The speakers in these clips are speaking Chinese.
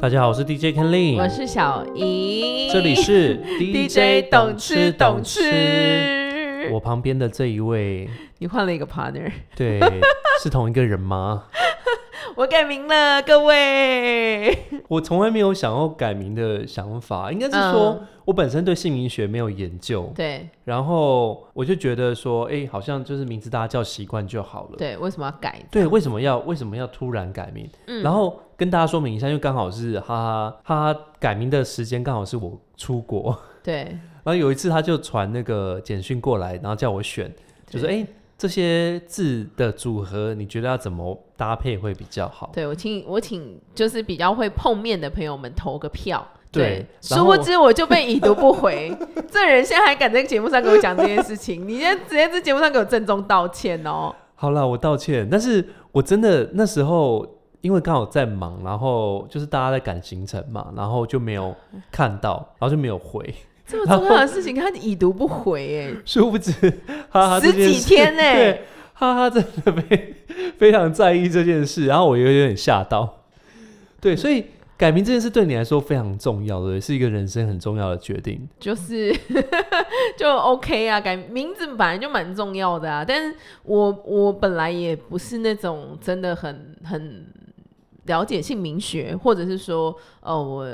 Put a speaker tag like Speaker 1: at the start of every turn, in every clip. Speaker 1: 大家好，我是 DJ Ken Lin，
Speaker 2: 我是小莹，
Speaker 1: 这里 是
Speaker 2: DJ 懂吃懂。吃。
Speaker 1: 我旁边的这一位，
Speaker 2: 你换了一个 partner，
Speaker 1: 对，是同一个人吗？
Speaker 2: 我改名了，各位。
Speaker 1: 我从来没有想要改名的想法，应该是说、
Speaker 2: 嗯
Speaker 1: 我本身对姓名学没有研究，
Speaker 2: 对
Speaker 1: 然后我就觉得说，哎、好像就是名字大家叫习惯就好了。
Speaker 2: 对，为什么要改？
Speaker 1: 对，为什么要为什么要突然改名？
Speaker 2: 嗯
Speaker 1: 然后跟大家说明一下，因为刚好是哈哈哈哈改名的时间，刚好是我出国。
Speaker 2: 对
Speaker 1: 然后有一次他就传那个简讯过来，然后叫我选，就说：“哎、这些字的组合，你觉得要怎么搭配会比较好
Speaker 2: 对，我请我请就是比较会碰面的朋友们投个票。
Speaker 1: 对然
Speaker 2: 殊
Speaker 1: 后
Speaker 2: 不知我就被已读不 回，这人现在还敢在节目上跟我讲这件事情，你先直接在节目上给我郑重道歉哦。？”
Speaker 1: 好啦，我道歉，但是我真的那时候因为刚好在忙，然后就是大家在赶行程嘛，然后就没有看到，然后就没有回。
Speaker 2: 这么重要的事情，他已读不回
Speaker 1: 殊不知，哈哈，
Speaker 2: 十几
Speaker 1: 这件事
Speaker 2: 天欸
Speaker 1: 对，哈哈，真的非非常在意这件事，然后我有点吓到。对，所以改名这件事对你来说非常重要的，是一个人生很重要的决定
Speaker 2: 哎，。就是 就 OK 啊，改名字本来就蛮重要的啊，但是我我本来也不是那种真的很很了解姓名学，或者是说呃我。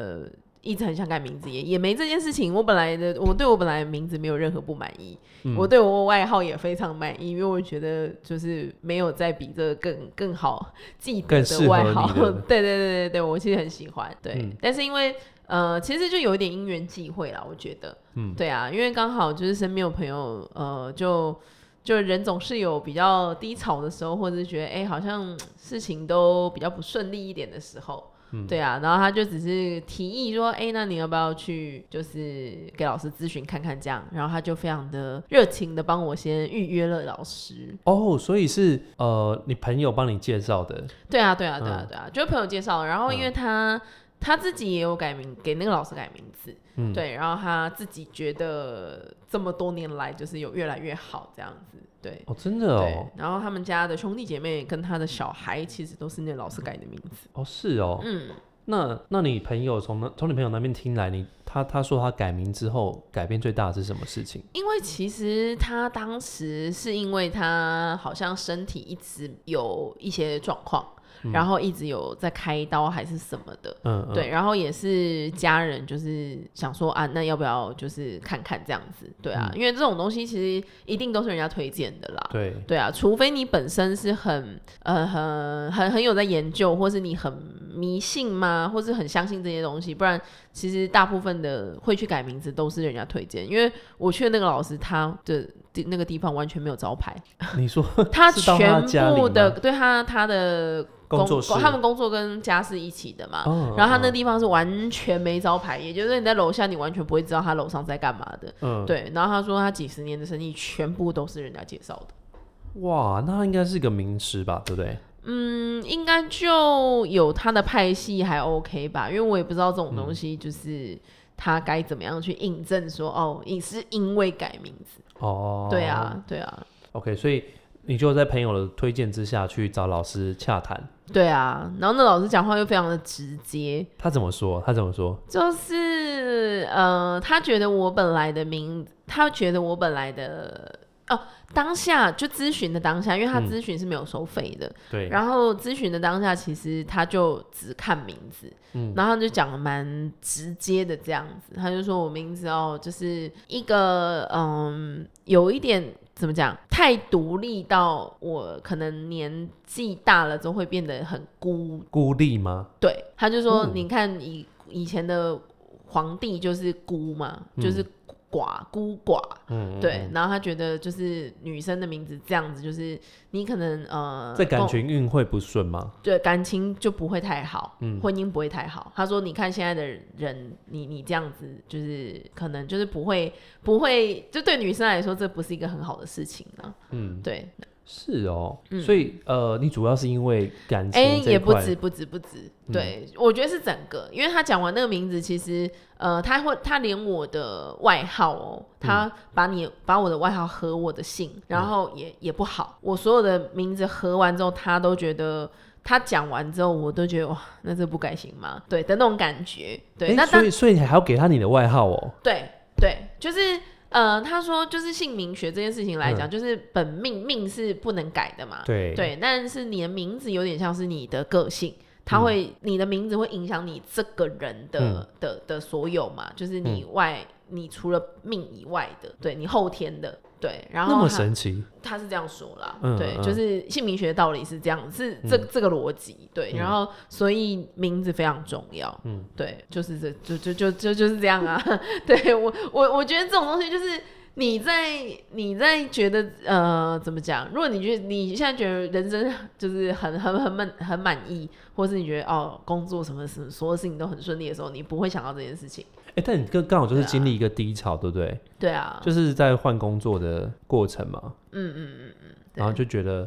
Speaker 2: 一直很想改名字，也也没这件事情。我本来的，我对我本来的名字没有任何不满意，
Speaker 1: 嗯
Speaker 2: 我对我外号也非常满意，因为我觉得就是没有再比这个更更好记得
Speaker 1: 更适
Speaker 2: 的外
Speaker 1: 合
Speaker 2: 号。
Speaker 1: 你
Speaker 2: 对
Speaker 1: 的
Speaker 2: 对对对对，我其实很喜欢。对，
Speaker 1: 嗯
Speaker 2: 但是因为呃，其实就有一点因缘际会啦，我觉得。
Speaker 1: 嗯
Speaker 2: 对啊，因为刚好就是身边有朋友，呃，就就人总是有比较低潮的时候，或者是觉得哎、好像事情都比较不顺利一点的时候。
Speaker 1: 嗯
Speaker 2: 对啊，然后他就只是提议说，哎，那你要不要去，就是给老师咨询看看这样？然后他就非常的热情的帮我先预约了老师。
Speaker 1: 哦，所以是呃，你朋友帮你介绍的，
Speaker 2: 对啊，对啊，对啊
Speaker 1: 嗯，
Speaker 2: 对啊，就是朋友介绍，然后因为他、他自己也有改名，给那个老师改名字，
Speaker 1: 嗯，，
Speaker 2: 对，然后他自己觉得这么多年来就是有越来越好这样子，对。
Speaker 1: 哦，真的
Speaker 2: 对
Speaker 1: 哦，，
Speaker 2: 然后他们家的兄弟姐妹跟他的小孩其实都是那老师改的名字。
Speaker 1: 哦是哦，
Speaker 2: 嗯，
Speaker 1: 那那你朋友从那从你朋友那边听来，你他他说他改名之后改变最大的是什么事情？
Speaker 2: 因为其实他当时是因为他好像身体一直有一些状况，然后一直有在开刀还是什么的，
Speaker 1: 嗯，嗯，
Speaker 2: 对，然后也是家人就是想说啊，那要不要就是看看这样子？对啊，因为这种东西其实一定都是人家推荐的啦。
Speaker 1: 对，
Speaker 2: 对啊，除非你本身是很呃很很很有在研究，或是你很迷信嘛，或是很相信这些东西，不然其实大部分的会去改名字都是人家推荐。因为我去的那个老师，他的地那个地方完全没有招牌，
Speaker 1: 你说
Speaker 2: 他
Speaker 1: 是到他
Speaker 2: 全
Speaker 1: 家里
Speaker 2: 部的
Speaker 1: 吗
Speaker 2: 对他他的
Speaker 1: 工作室，
Speaker 2: 他们工作跟家是一起的嘛，
Speaker 1: 哦，
Speaker 2: 然后他那
Speaker 1: 嗯
Speaker 2: 地方是完全没招牌，也就是你在楼下，你完全不会知道他楼上在干嘛的。
Speaker 1: 嗯，
Speaker 2: 对，然后他说他几十年的生意全部都是人家介绍的。
Speaker 1: 哇，那他应该是个名师吧，对不对？
Speaker 2: 嗯，应该就有他的派系还 OK 吧，因为我也不知道这种
Speaker 1: 嗯
Speaker 2: 东西就是他该怎么样去印证说、哦，你是因为改名字。
Speaker 1: 哦，
Speaker 2: 对啊，对啊，
Speaker 1: ，OK，所以你就在朋友的推荐之下去找老师洽谈，
Speaker 2: 对啊。然后那老师讲话又非常的直接，
Speaker 1: 他怎么说？他怎么说？
Speaker 2: 就是呃，他觉得我本来的名，他觉得我本来的哦，当下就咨询的当下，因为他
Speaker 1: 嗯
Speaker 2: 咨询是没有收费的，
Speaker 1: 对，
Speaker 2: 然后咨询的当下，其实他就只看名字，
Speaker 1: 嗯
Speaker 2: 然后他就讲的蛮直接的这样子，他就说我名字哦，就是一个嗯，有一点怎么讲，太独立到我可能年纪大了之后会变得很孤
Speaker 1: 孤立吗？
Speaker 2: 对，他就说，
Speaker 1: 嗯
Speaker 2: 你看以以前的皇帝就是孤嘛，就是寡孤寡，
Speaker 1: 嗯，嗯
Speaker 2: 对
Speaker 1: 嗯。
Speaker 2: 然后他觉得就是女生的名字这样子，就是你可能呃，
Speaker 1: 在感
Speaker 2: 共
Speaker 1: 情运会不顺吗？
Speaker 2: 对感情就不会太好，
Speaker 1: 嗯
Speaker 2: 婚姻不会太好。他说，你看现在的人，你你这样子就是可能就是不会不会，就对女生来说，这不是一个很好的事情呢、
Speaker 1: 嗯，
Speaker 2: 对，
Speaker 1: 是哦，
Speaker 2: 嗯
Speaker 1: 所以呃，你主要是因为感情
Speaker 2: 哎、
Speaker 1: 这一
Speaker 2: 也不
Speaker 1: 块
Speaker 2: 止，不止，不止。
Speaker 1: 嗯
Speaker 2: 对，我觉得是整个，因为他讲完那个名字，其实呃，他会他连我的外号哦，
Speaker 1: 嗯
Speaker 2: 他把你、把我的外号和我的姓，然后也也不好，我所有的名字合完之后，他都觉得。他讲完之后，我都觉得哇，那这不改行吗？对的那种感觉。对，
Speaker 1: 诶
Speaker 2: 那
Speaker 1: 哎所
Speaker 2: 当
Speaker 1: 以所以你还要给他你的外号哦，
Speaker 2: 对对，就是呃，他说就是姓名学这件事情来
Speaker 1: 嗯
Speaker 2: 讲，就是本命命是不能改的嘛。
Speaker 1: 对，
Speaker 2: 啊对，但是你的名字有点像是你的个性，它会、你的名字会影响你这个人的、
Speaker 1: 嗯
Speaker 2: 的的所有嘛，就是你外、你除了命以外的，对你后天的，对，然后
Speaker 1: 那么
Speaker 2: 他
Speaker 1: 神奇，
Speaker 2: 他是这样说啦，
Speaker 1: 嗯
Speaker 2: 对，
Speaker 1: 嗯
Speaker 2: 就是姓名学的道理是这样，是这、这个逻辑，对，然后所以名字非常重要，
Speaker 1: 嗯
Speaker 2: 嗯，对，就是这就就就就就是这样啊， 对我我我觉得这种东西就是。你在你在觉得呃怎么讲？如果你觉得你现在觉得人生就是很 很很满很满意，或是你觉得哦工作什么什么所有事情都很顺利的时候，你不会想到这件事情。
Speaker 1: 哎、但你刚刚好就是
Speaker 2: 对啊
Speaker 1: 经历一个低潮，对不对？
Speaker 2: 对啊，
Speaker 1: 就是在换工作的过程嘛，
Speaker 2: 嗯嗯嗯嗯，对
Speaker 1: 然后就觉得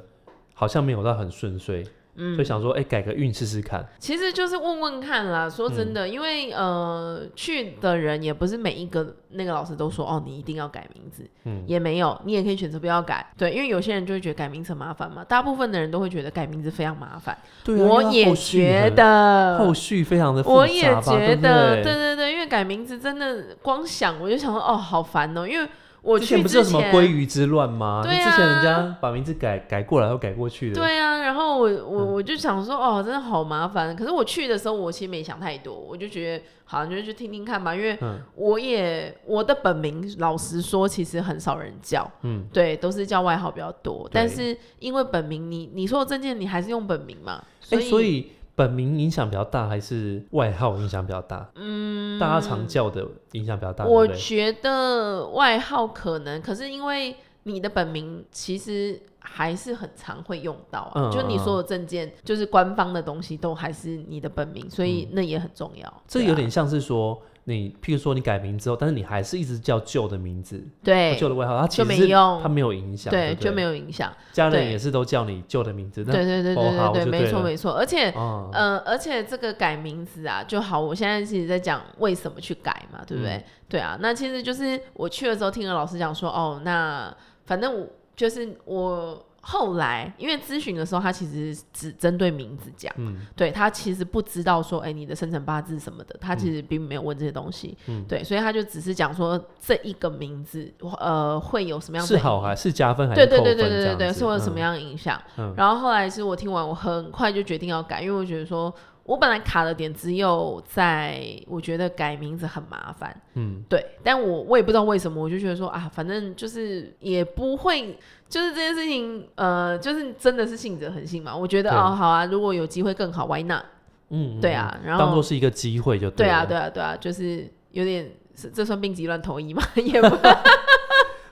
Speaker 1: 好像没有到很顺遂，
Speaker 2: 嗯
Speaker 1: 所以想说，哎、改个运试试看。
Speaker 2: 其实就是问问看啦，说真
Speaker 1: 嗯
Speaker 2: 的，因为呃，去的人也不是每一个那个老师都说哦，你一定要改名字，
Speaker 1: 嗯
Speaker 2: 也没有，你也可以选择不要改，对，因为有些人就会觉得改名字很麻烦嘛，大部分的人都会觉得改名字非常麻烦，
Speaker 1: 对、啊，
Speaker 2: 我
Speaker 1: 因为它
Speaker 2: 也
Speaker 1: 后续
Speaker 2: 觉
Speaker 1: 很
Speaker 2: 得，
Speaker 1: 后续非常的复杂吧，
Speaker 2: 我也
Speaker 1: 对
Speaker 2: 觉得，
Speaker 1: 不
Speaker 2: 对
Speaker 1: 对。
Speaker 2: 对对，因为改名字真的光想我就想说哦，好烦哦，因为我
Speaker 1: 之
Speaker 2: 去
Speaker 1: 前不是有什么
Speaker 2: 前
Speaker 1: 鲑鱼之乱吗？
Speaker 2: 对啊
Speaker 1: 就之前人家把名字改改过来又改过去的，
Speaker 2: 对啊，然后我我
Speaker 1: 嗯
Speaker 2: 我就想说，哦，真的好麻烦。可是我去的时候，我其实没想太多，我就觉得好，你就去听听看吧。因为
Speaker 1: 嗯
Speaker 2: 我也我的本名，老实说，其实很少人叫，
Speaker 1: 嗯，
Speaker 2: 对，都是叫外号比较多
Speaker 1: 对。
Speaker 2: 但是因为本名你，你说的证件，你还是用本名嘛，
Speaker 1: 哎、
Speaker 2: 所以,、
Speaker 1: 所以本名影响比较大，还是外号影响比较大？嗯，大家常叫的影响比较大，
Speaker 2: 嗯我
Speaker 1: 对不对？
Speaker 2: 觉得外号可能，可是因为你的本名其实还是很常会用到啊，
Speaker 1: 嗯
Speaker 2: 就你
Speaker 1: 嗯
Speaker 2: 所有证件，就是官方的东西都还是你的本名，所以那也很重要。
Speaker 1: 嗯这
Speaker 2: 对啊
Speaker 1: 有点像是说，你譬如说你改名之后，但是你还是一直叫旧的名字，
Speaker 2: 对
Speaker 1: 旧的外号，它其
Speaker 2: 就
Speaker 1: 实
Speaker 2: 没
Speaker 1: 是
Speaker 2: 用
Speaker 1: 它没有影响，对
Speaker 2: 对，
Speaker 1: 不对，
Speaker 2: 就没有影响。
Speaker 1: 家人
Speaker 2: 对
Speaker 1: 也是都叫你旧的名字，那
Speaker 2: 对对对对
Speaker 1: 哦好
Speaker 2: 对
Speaker 1: 就对
Speaker 2: 没错
Speaker 1: 了
Speaker 2: 没错。而且
Speaker 1: 哦，
Speaker 2: 呃，而且这个改名字啊，就好，我现在其实在讲为什么去改嘛，对
Speaker 1: 嗯
Speaker 2: 不对？对啊，那其实就是我去的时候听了老师讲说，哦，那反正我就是我。后来，因为咨询的时候，他其实只针对名字讲，
Speaker 1: 嗯，
Speaker 2: 对他其实不知道说，哎、你的生辰八字什么的，他其实并没有问这些东西，
Speaker 1: 嗯
Speaker 2: 对，所以他就只是讲说这一个名字，呃，会有什么样的
Speaker 1: 是好
Speaker 2: 影
Speaker 1: 还是加分还
Speaker 2: 对
Speaker 1: 是
Speaker 2: 对
Speaker 1: 扣
Speaker 2: 对
Speaker 1: 分
Speaker 2: 对对
Speaker 1: 这
Speaker 2: 对
Speaker 1: 样
Speaker 2: 对，
Speaker 1: 子
Speaker 2: 受了什么
Speaker 1: 嗯
Speaker 2: 样的影响？
Speaker 1: 嗯
Speaker 2: 然后后来是我听完，我很快就决定要改，因为我觉得说我本来卡的点只有在我觉得改名字很麻烦，
Speaker 1: 嗯，
Speaker 2: 对，但我我也不知道为什么，我就觉得说啊，反正就是也不会，就是这件事情，呃，就是真的是信者恒信嘛。我觉得
Speaker 1: 对
Speaker 2: 哦，好啊，如果有机会更好，Why not？
Speaker 1: 嗯，嗯
Speaker 2: 对啊
Speaker 1: 嗯
Speaker 2: 然
Speaker 1: 当
Speaker 2: 后
Speaker 1: 做是一个机会就
Speaker 2: 对
Speaker 1: 了
Speaker 2: 啊，对啊，对啊，就是有点。是这算病急乱投医吗？ 也不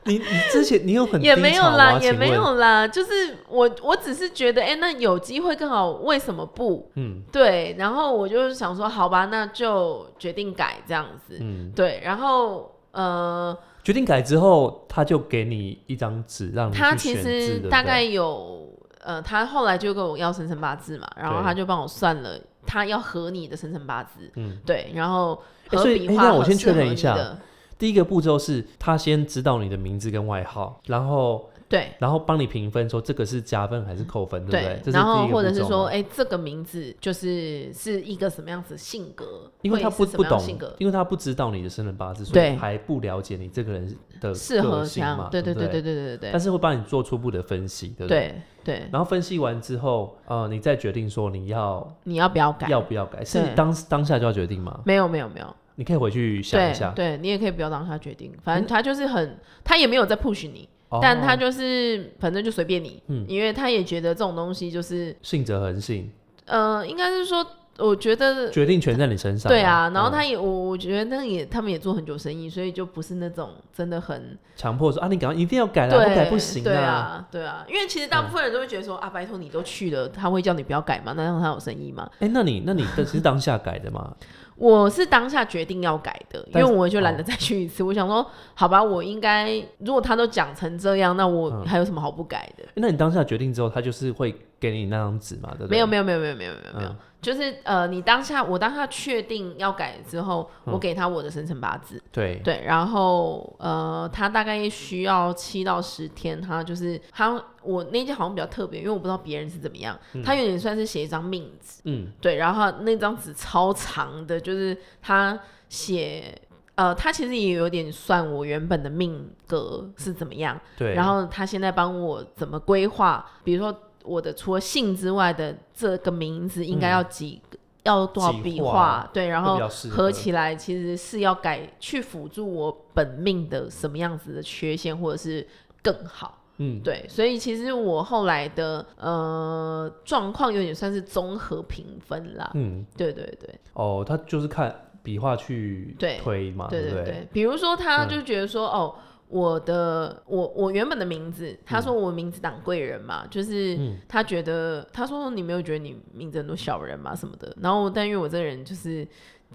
Speaker 1: 你你之前你有很
Speaker 2: 也
Speaker 1: 低
Speaker 2: 没有
Speaker 1: 潮
Speaker 2: 啦，
Speaker 1: 吗
Speaker 2: 也
Speaker 1: 请
Speaker 2: 没
Speaker 1: 问
Speaker 2: 有啦，就是我我只是觉得，哎、那有机会更好，为什么不？
Speaker 1: 嗯
Speaker 2: 对，然后我就想说，好吧，那就决定改这样子。
Speaker 1: 嗯，
Speaker 2: 对，然后呃，
Speaker 1: 决定改之后，他就给你一张纸让你
Speaker 2: 他
Speaker 1: 去
Speaker 2: 其
Speaker 1: 选字
Speaker 2: 实
Speaker 1: 对不
Speaker 2: 大
Speaker 1: 对
Speaker 2: 概有呃，他后来就跟我要生辰八字嘛，然后
Speaker 1: 对
Speaker 2: 他就帮我算了，他要合你的生辰八字。
Speaker 1: 嗯
Speaker 2: 对，然后
Speaker 1: 诶
Speaker 2: 合
Speaker 1: 所以
Speaker 2: 笔
Speaker 1: 诶
Speaker 2: 画
Speaker 1: 那
Speaker 2: 合
Speaker 1: 我先
Speaker 2: 适
Speaker 1: 确
Speaker 2: 合
Speaker 1: 认一
Speaker 2: 你
Speaker 1: 下
Speaker 2: 的
Speaker 1: 第一个步骤是他先知道你的名字跟外号，然后
Speaker 2: 对，
Speaker 1: 然后帮你评分，说这个是加分还是扣分，对不对？这是
Speaker 2: 然
Speaker 1: 第
Speaker 2: 后
Speaker 1: 一个
Speaker 2: 或者
Speaker 1: 步
Speaker 2: 是
Speaker 1: 骤
Speaker 2: 说，
Speaker 1: 嘛，
Speaker 2: 哎、这个名字就是是一个什么样子的性格，
Speaker 1: 因为
Speaker 2: 会
Speaker 1: 他
Speaker 2: 是
Speaker 1: 不
Speaker 2: 什
Speaker 1: 不
Speaker 2: 么样
Speaker 1: 懂
Speaker 2: 的性格，
Speaker 1: 因为他不知道你的生辰八字，所以
Speaker 2: 对
Speaker 1: 还不了解你这个人的
Speaker 2: 适合
Speaker 1: 个性
Speaker 2: 像
Speaker 1: 嘛，
Speaker 2: 对
Speaker 1: 对
Speaker 2: 对
Speaker 1: 不
Speaker 2: 对对对对
Speaker 1: 但
Speaker 2: 对
Speaker 1: 是会帮你做初步的分析，对不对？
Speaker 2: 对对，
Speaker 1: 然后分析完之后，呃，你再决定说你要
Speaker 2: 你要不要改？
Speaker 1: 要不要改，是
Speaker 2: 对
Speaker 1: 当当下就要决定吗？
Speaker 2: 没有没有没有，
Speaker 1: 你可以回去想一
Speaker 2: 对
Speaker 1: 下，嗯
Speaker 2: 对，你也可以不要当下决定，反正他就是很，他也没有在 push 你，
Speaker 1: 哦
Speaker 2: 但他就是反正就随便你，
Speaker 1: 嗯
Speaker 2: 因为他也觉得这种东西就是，
Speaker 1: 信则恒信，
Speaker 2: 呃，应该是说，我觉得
Speaker 1: 决定权在你身上。
Speaker 2: 对啊，然后
Speaker 1: 嗯
Speaker 2: 他也我我觉得那也他们也做很久生意，所以就不是那种真的很
Speaker 1: 强迫说啊，你赶快一定要改了，
Speaker 2: 对，
Speaker 1: 不改不行
Speaker 2: 对！啊，对啊，因为其实大部分人都会觉得说、啊，拜托你都去了，他会叫你不要改嘛，那让他有生意嘛。
Speaker 1: 哎，那你那你这是当下改的吗？
Speaker 2: 我是当下决定要改的，因
Speaker 1: 但
Speaker 2: 为
Speaker 1: 是哦
Speaker 2: 我就懒得再去一次。我想说，好吧，我应该如果他都讲成这样，那我
Speaker 1: 嗯
Speaker 2: 还有什么好不改的？
Speaker 1: 诶那你当下决定之后，他就是会给你那张纸嘛，对不对？
Speaker 2: 没有没有没有没有没有没有没有，
Speaker 1: 嗯
Speaker 2: 就是呃，你当下我当下确定要改之后，
Speaker 1: 嗯
Speaker 2: 我给他我的生辰八字，
Speaker 1: 对，
Speaker 2: 对，然后呃，他大概需要七到十天，他就是他我那件好像比较特别，因为我不知道别人是怎么样，他有点算是写一张命纸，
Speaker 1: 嗯，
Speaker 2: 对，然后他那张纸超长的，就是他写。呃，他其实也有点算我原本的命格是怎么样，
Speaker 1: 对，
Speaker 2: 然后他现在帮我怎么规划，比如说我的除了姓之外的这个名字应该要几、个要多少
Speaker 1: 几
Speaker 2: 笔
Speaker 1: 画
Speaker 2: 画，对，然
Speaker 1: 会
Speaker 2: 后
Speaker 1: 比较适合
Speaker 2: 合起来其实是要改去辅助我本命的什么样子的缺陷，或者是更好。
Speaker 1: 嗯，
Speaker 2: 对，所以其实我后来的呃状况有点算是综合评分啦。
Speaker 1: 嗯，
Speaker 2: 对对对
Speaker 1: 哦，他就是看笔画去
Speaker 2: 对
Speaker 1: 推嘛，
Speaker 2: 对
Speaker 1: 不
Speaker 2: 对对，比如说
Speaker 1: 嗯
Speaker 2: 他就觉得说，哦，我的我我原本的名字，他说我名字挡贵人嘛，就是
Speaker 1: 嗯
Speaker 2: 他觉得他说你没有觉得你名字很多小人嘛什么的，然后但因为我这个人就是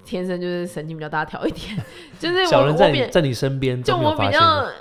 Speaker 2: 天生就是神经比较大条一点， 就是
Speaker 1: 小
Speaker 2: 我
Speaker 1: 人
Speaker 2: 我
Speaker 1: 在
Speaker 2: 比
Speaker 1: 你在你身边
Speaker 2: 就
Speaker 1: 都没有
Speaker 2: 我比
Speaker 1: 发现的，
Speaker 2: 较，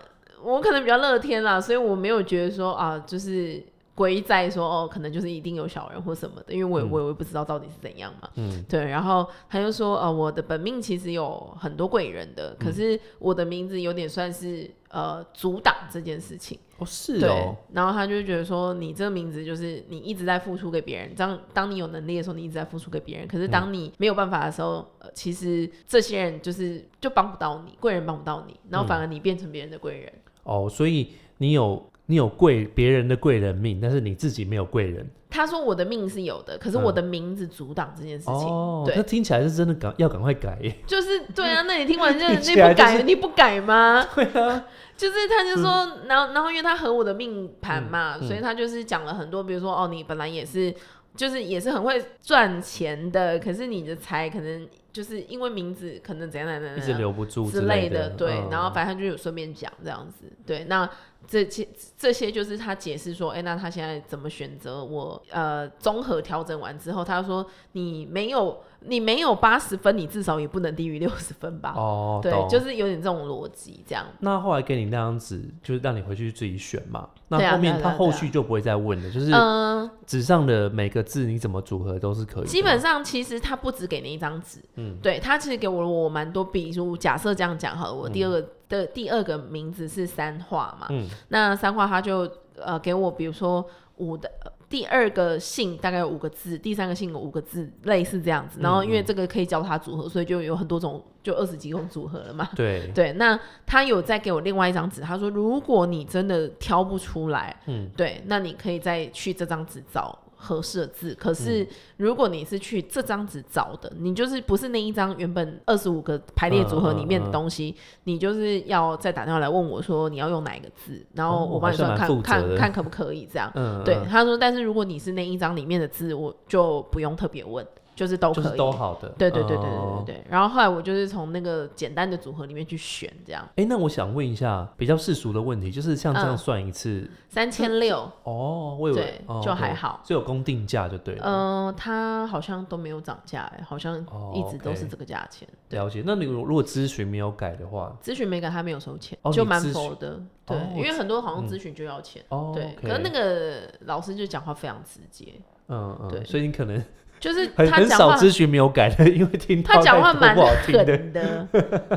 Speaker 2: 我可能比较乐天啦，所以我没有觉得说啊，就是归在说哦，可能就是一定有小人或什么的，因为我也、
Speaker 1: 嗯
Speaker 2: 我也不知道到底是怎样嘛。
Speaker 1: 嗯，
Speaker 2: 对，然后他就说，呃，我的本命其实有很多贵人的，可
Speaker 1: 嗯
Speaker 2: 是我的名字有点算是呃阻挡这件事情。
Speaker 1: 哦是
Speaker 2: 对
Speaker 1: 哦，，
Speaker 2: 然后他就觉得说，你这个名字就是你一直在付出给别人，当当你有能力的时候，你一直在付出给别人，可是当你没有办法的时候，呃、其实这些人就是就帮不到你，贵人帮不到你，然后反而你变成别人的贵人。
Speaker 1: 哦，所以你有你有贵别人的贵人命，但是你自己没有贵人
Speaker 2: 他说我的命是有的，可是我
Speaker 1: 嗯
Speaker 2: 的名字阻挡这件事情，
Speaker 1: 哦，
Speaker 2: 对
Speaker 1: 那听起来是真的赶要赶快改耶，
Speaker 2: 就是对啊，那你 听完就
Speaker 1: 听
Speaker 2: 你
Speaker 1: 起
Speaker 2: 不
Speaker 1: 来就
Speaker 2: 改，
Speaker 1: 是
Speaker 2: 你不改吗？
Speaker 1: 对啊，
Speaker 2: 就是他就说，然后然后因为他和我的命盘嘛，
Speaker 1: 嗯嗯
Speaker 2: 所以他就是讲了很多，比如说哦，你本来也是，就是也是很会赚钱的，可是你的财可能就是因为名字可能怎样怎样
Speaker 1: 一
Speaker 2: 怎
Speaker 1: 直
Speaker 2: 样
Speaker 1: 留不住
Speaker 2: 之
Speaker 1: 类
Speaker 2: 的，对，
Speaker 1: 嗯
Speaker 2: 然后反正他就有顺便讲这样子，对，那这些这些就是他解释说，哎、那他现在怎么选择我？呃，综合调整完之后，他说你没有你没有八十分，你至少也不能低于六十分吧？
Speaker 1: 哦，
Speaker 2: 对，
Speaker 1: 懂
Speaker 2: 就是有点这种逻辑这样。
Speaker 1: 那后来给你那张纸，就是让你回去自己选嘛。
Speaker 2: 对
Speaker 1: 那
Speaker 2: 啊
Speaker 1: 后面
Speaker 2: 对啊
Speaker 1: 他
Speaker 2: 对啊
Speaker 1: 后续就不会再问了，就是
Speaker 2: 嗯、
Speaker 1: 纸上的每个字你怎么组合都是可以的。
Speaker 2: 基本上，其实他不止给那一张纸，
Speaker 1: 嗯
Speaker 2: 对他其实给我了我蛮多笔如假设这样讲好了，我第二个的、第二个名字是三画嘛，
Speaker 1: 嗯
Speaker 2: 那三画他就呃给我，比如说五的呃第二个姓大概有五个字，第三个姓有五个字，类似这样子。然后因为这个可以教他组合，所以就有很多种，就二十几种组合了 嘛。
Speaker 1: 对，
Speaker 2: 对，那他有再给我另外一张纸，他说如果你真的挑不出来，
Speaker 1: 嗯
Speaker 2: 对，那你可以再去这张纸找合适的字。可
Speaker 1: 嗯
Speaker 2: 是如果你是去这张纸找的，你就是不是那一张原本二十五个排列组合里面的东西，你就是要再打电话来问我说你要用哪一个字，然后
Speaker 1: 哦
Speaker 2: 我帮
Speaker 1: 还是
Speaker 2: 你算
Speaker 1: 蛮
Speaker 2: 看、
Speaker 1: 负责
Speaker 2: 看
Speaker 1: 的
Speaker 2: 看可不可以这样。
Speaker 1: 嗯，
Speaker 2: 对，
Speaker 1: 嗯
Speaker 2: 他说，但是如果你是那一张里面的字，我就不用特别问，就是都可
Speaker 1: 就
Speaker 2: 以。
Speaker 1: 是都好的。
Speaker 2: 对对对对对
Speaker 1: 哦
Speaker 2: 对对。然后后来我就是从那个简单的组合里面去选，这样
Speaker 1: 哎，那我想问一下比较世俗的问题，就是像这样
Speaker 2: 嗯
Speaker 1: 算一次，
Speaker 2: 三千六，
Speaker 1: 哦，我以为
Speaker 2: 对，
Speaker 1: 哦
Speaker 2: 就还
Speaker 1: 对
Speaker 2: 好。
Speaker 1: 所以有公定价就对了。
Speaker 2: 嗯，它好像都没有涨价，哎，好像
Speaker 1: 哦
Speaker 2: 一直都是
Speaker 1: OK
Speaker 2: 这个价钱。
Speaker 1: 了解。那你如如果咨询没有改的话，
Speaker 2: 咨询没给他没有收钱，
Speaker 1: 哦
Speaker 2: 就
Speaker 1: 你
Speaker 2: 蛮
Speaker 1: 咨
Speaker 2: 佛的。对，
Speaker 1: 哦
Speaker 2: 因为很多好像
Speaker 1: 嗯
Speaker 2: 咨询就要钱。
Speaker 1: 哦，
Speaker 2: 对，
Speaker 1: OK
Speaker 2: 可是那个老师就讲话非常直接，
Speaker 1: 嗯嗯，
Speaker 2: 对
Speaker 1: 所以你可能
Speaker 2: 就是
Speaker 1: 很
Speaker 2: 他
Speaker 1: 很
Speaker 2: 讲
Speaker 1: 少
Speaker 2: 话
Speaker 1: 咨询没有改的，因为听
Speaker 2: 他
Speaker 1: 到
Speaker 2: 讲
Speaker 1: 太
Speaker 2: 话
Speaker 1: 多
Speaker 2: 蛮
Speaker 1: 不好听的，
Speaker 2: 狠的，